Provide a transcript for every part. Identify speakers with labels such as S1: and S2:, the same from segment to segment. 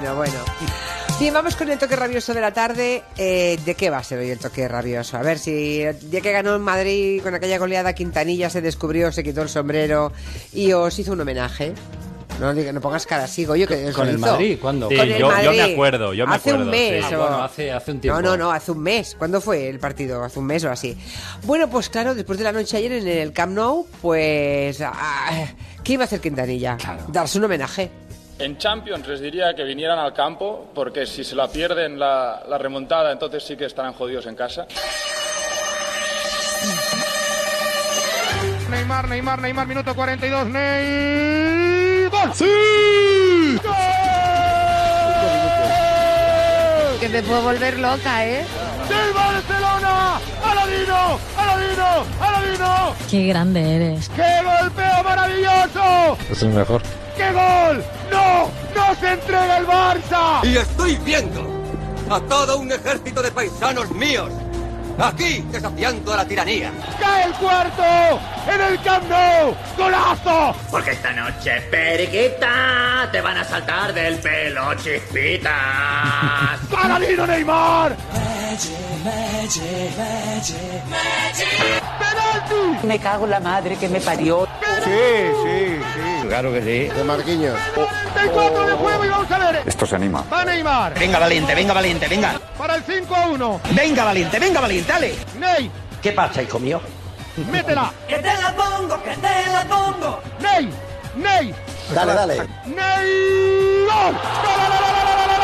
S1: Bueno, bueno. Bien, vamos con el toque rabioso de la tarde. Eh, ¿De qué va a ser hoy el toque rabioso? A ver si el día que ganó en Madrid con aquella goleada Quintanilla se descubrió, se quitó el sombrero y os hizo un homenaje. No, diga- no pongas cara así, Goyo, que os
S2: con
S1: lo
S2: el
S1: hizo.
S2: Madrid? ¿Cuándo?
S1: Con
S3: Sí,
S1: el
S3: yo- yo me
S1: Madrid.
S3: acuerdo, yo me
S1: hace
S3: acuerdo,
S1: Un mes,
S3: sí.
S2: Ah,
S1: o-
S2: bueno, hace- hace un tiempo.
S1: No, no, no, hace un mes. ¿Cuándo fue el partido? ¿Hace un mes o así? Bueno, pues claro, después de la noche ayer en el Camp Nou, pues... ah, ¿Qué iba a hacer Quintanilla?
S2: Claro.
S1: Darse un homenaje.
S4: En Champions les diría que vinieran al campo, porque si se la pierden la, la remontada, entonces sí que estarán jodidos en casa.
S5: Neymar, Neymar, Neymar, minuto 42, Ney... ¡Gol! ¡Sí!
S6: Que me puedo volver loca, ¿eh?
S5: ¡Del Barcelona! ¡Aladino! ¡Aladino! ¡Aladino!
S7: Qué grande eres.
S5: ¡Qué golpeo maravilloso!
S8: Es el mejor.
S5: ¡Qué gol! ¡No! ¡No se entrega el Barça!
S9: Y estoy viendo a todo un ejército de paisanos míos aquí desafiando a la tiranía.
S5: ¡Cae el cuarto! ¡En el Camp Nou! ¡Golazo!
S10: Porque esta noche, periquita, te van a saltar del pelo, chispitas.
S5: ¡Aladino Neymar! ¡Penalti!
S6: Me cago en la madre que me parió.
S8: Claro que sí.
S9: De Marquinhos.
S5: 34 de juego y vamos a ver.
S8: Esto se anima.
S5: Va Neymar
S10: Venga, valiente, venga, valiente, venga.
S5: para el 5 a 1.
S10: Venga, valiente, venga, valiente, dale.
S5: Ney,
S10: ¿Qué pasa, hijo mío?
S5: métela.
S10: Que te la pongo, que te la pongo.
S5: Ney, Ney,
S9: Dale, dale.
S5: Ney. ¡Gol! ¡Gol, gol, gol, gol,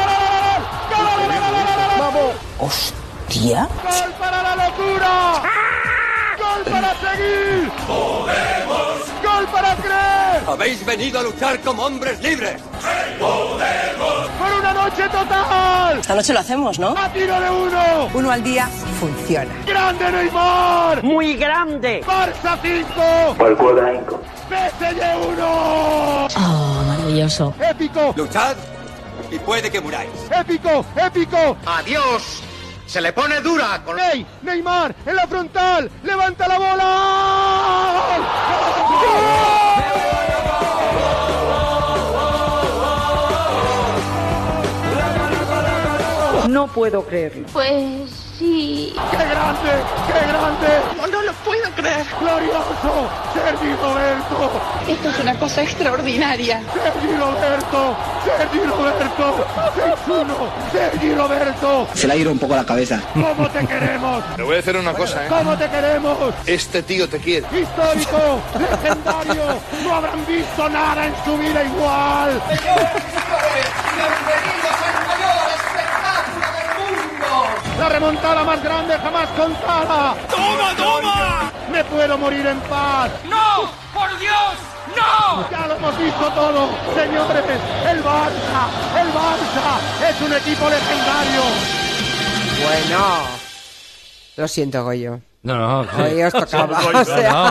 S5: gol, gol, gol, gol, gol, gol, gol, gol, gol, gol!
S6: ¿Tía?
S5: ¡Gol para la locura! ¡Gol para seguir! ¡Gol para creer!
S9: Habéis venido a luchar como hombres libres.
S5: ¡Por una noche total!
S6: Esta noche lo hacemos, ¿no?
S5: ¡A tiro de uno!
S6: Uno al día funciona.
S5: ¡Grande Neymar!
S6: ¡Muy grande!
S5: ¡Barça 5! ¡PSG 1!
S7: Oh, maravilloso.
S5: ¡Épico!
S9: Luchad y puede que muráis.
S5: ¡Épico! ¡Épico!
S10: Adiós. Se le pone dura con
S5: Ney, Neymar, en la frontal, levanta la bola.
S6: No puedo creerlo.
S7: Pues sí.
S5: ¡Gol! ¡Qué grande! ¡Qué grande! No, lo puedo creer. Glorioso, Sergi Roberto,
S7: Esto es una cosa extraordinaria.
S5: Sergi Roberto, Sergi Roberto, 6-1, Sergi Roberto.
S10: Se le ha ido un poco la cabeza.
S5: ¿Cómo te queremos?
S8: Te voy a decir una cosa, ¿eh?
S5: ¿Cómo te queremos?
S8: Este tío te quiere.
S5: Histórico, legendario, no habrán visto nada en su vida igual. La remontada más grande jamás contada. ¡Toma, toma! Me puedo morir en paz.
S4: ¡No! ¡Por Dios! ¡No!
S5: Ya lo hemos visto todo, señores. El Barça, el Barça es un equipo legendario.
S1: Bueno. Lo siento, Goyo.
S2: No, no.
S1: Hoy os tocaba.
S2: No,
S1: o sea,
S2: no,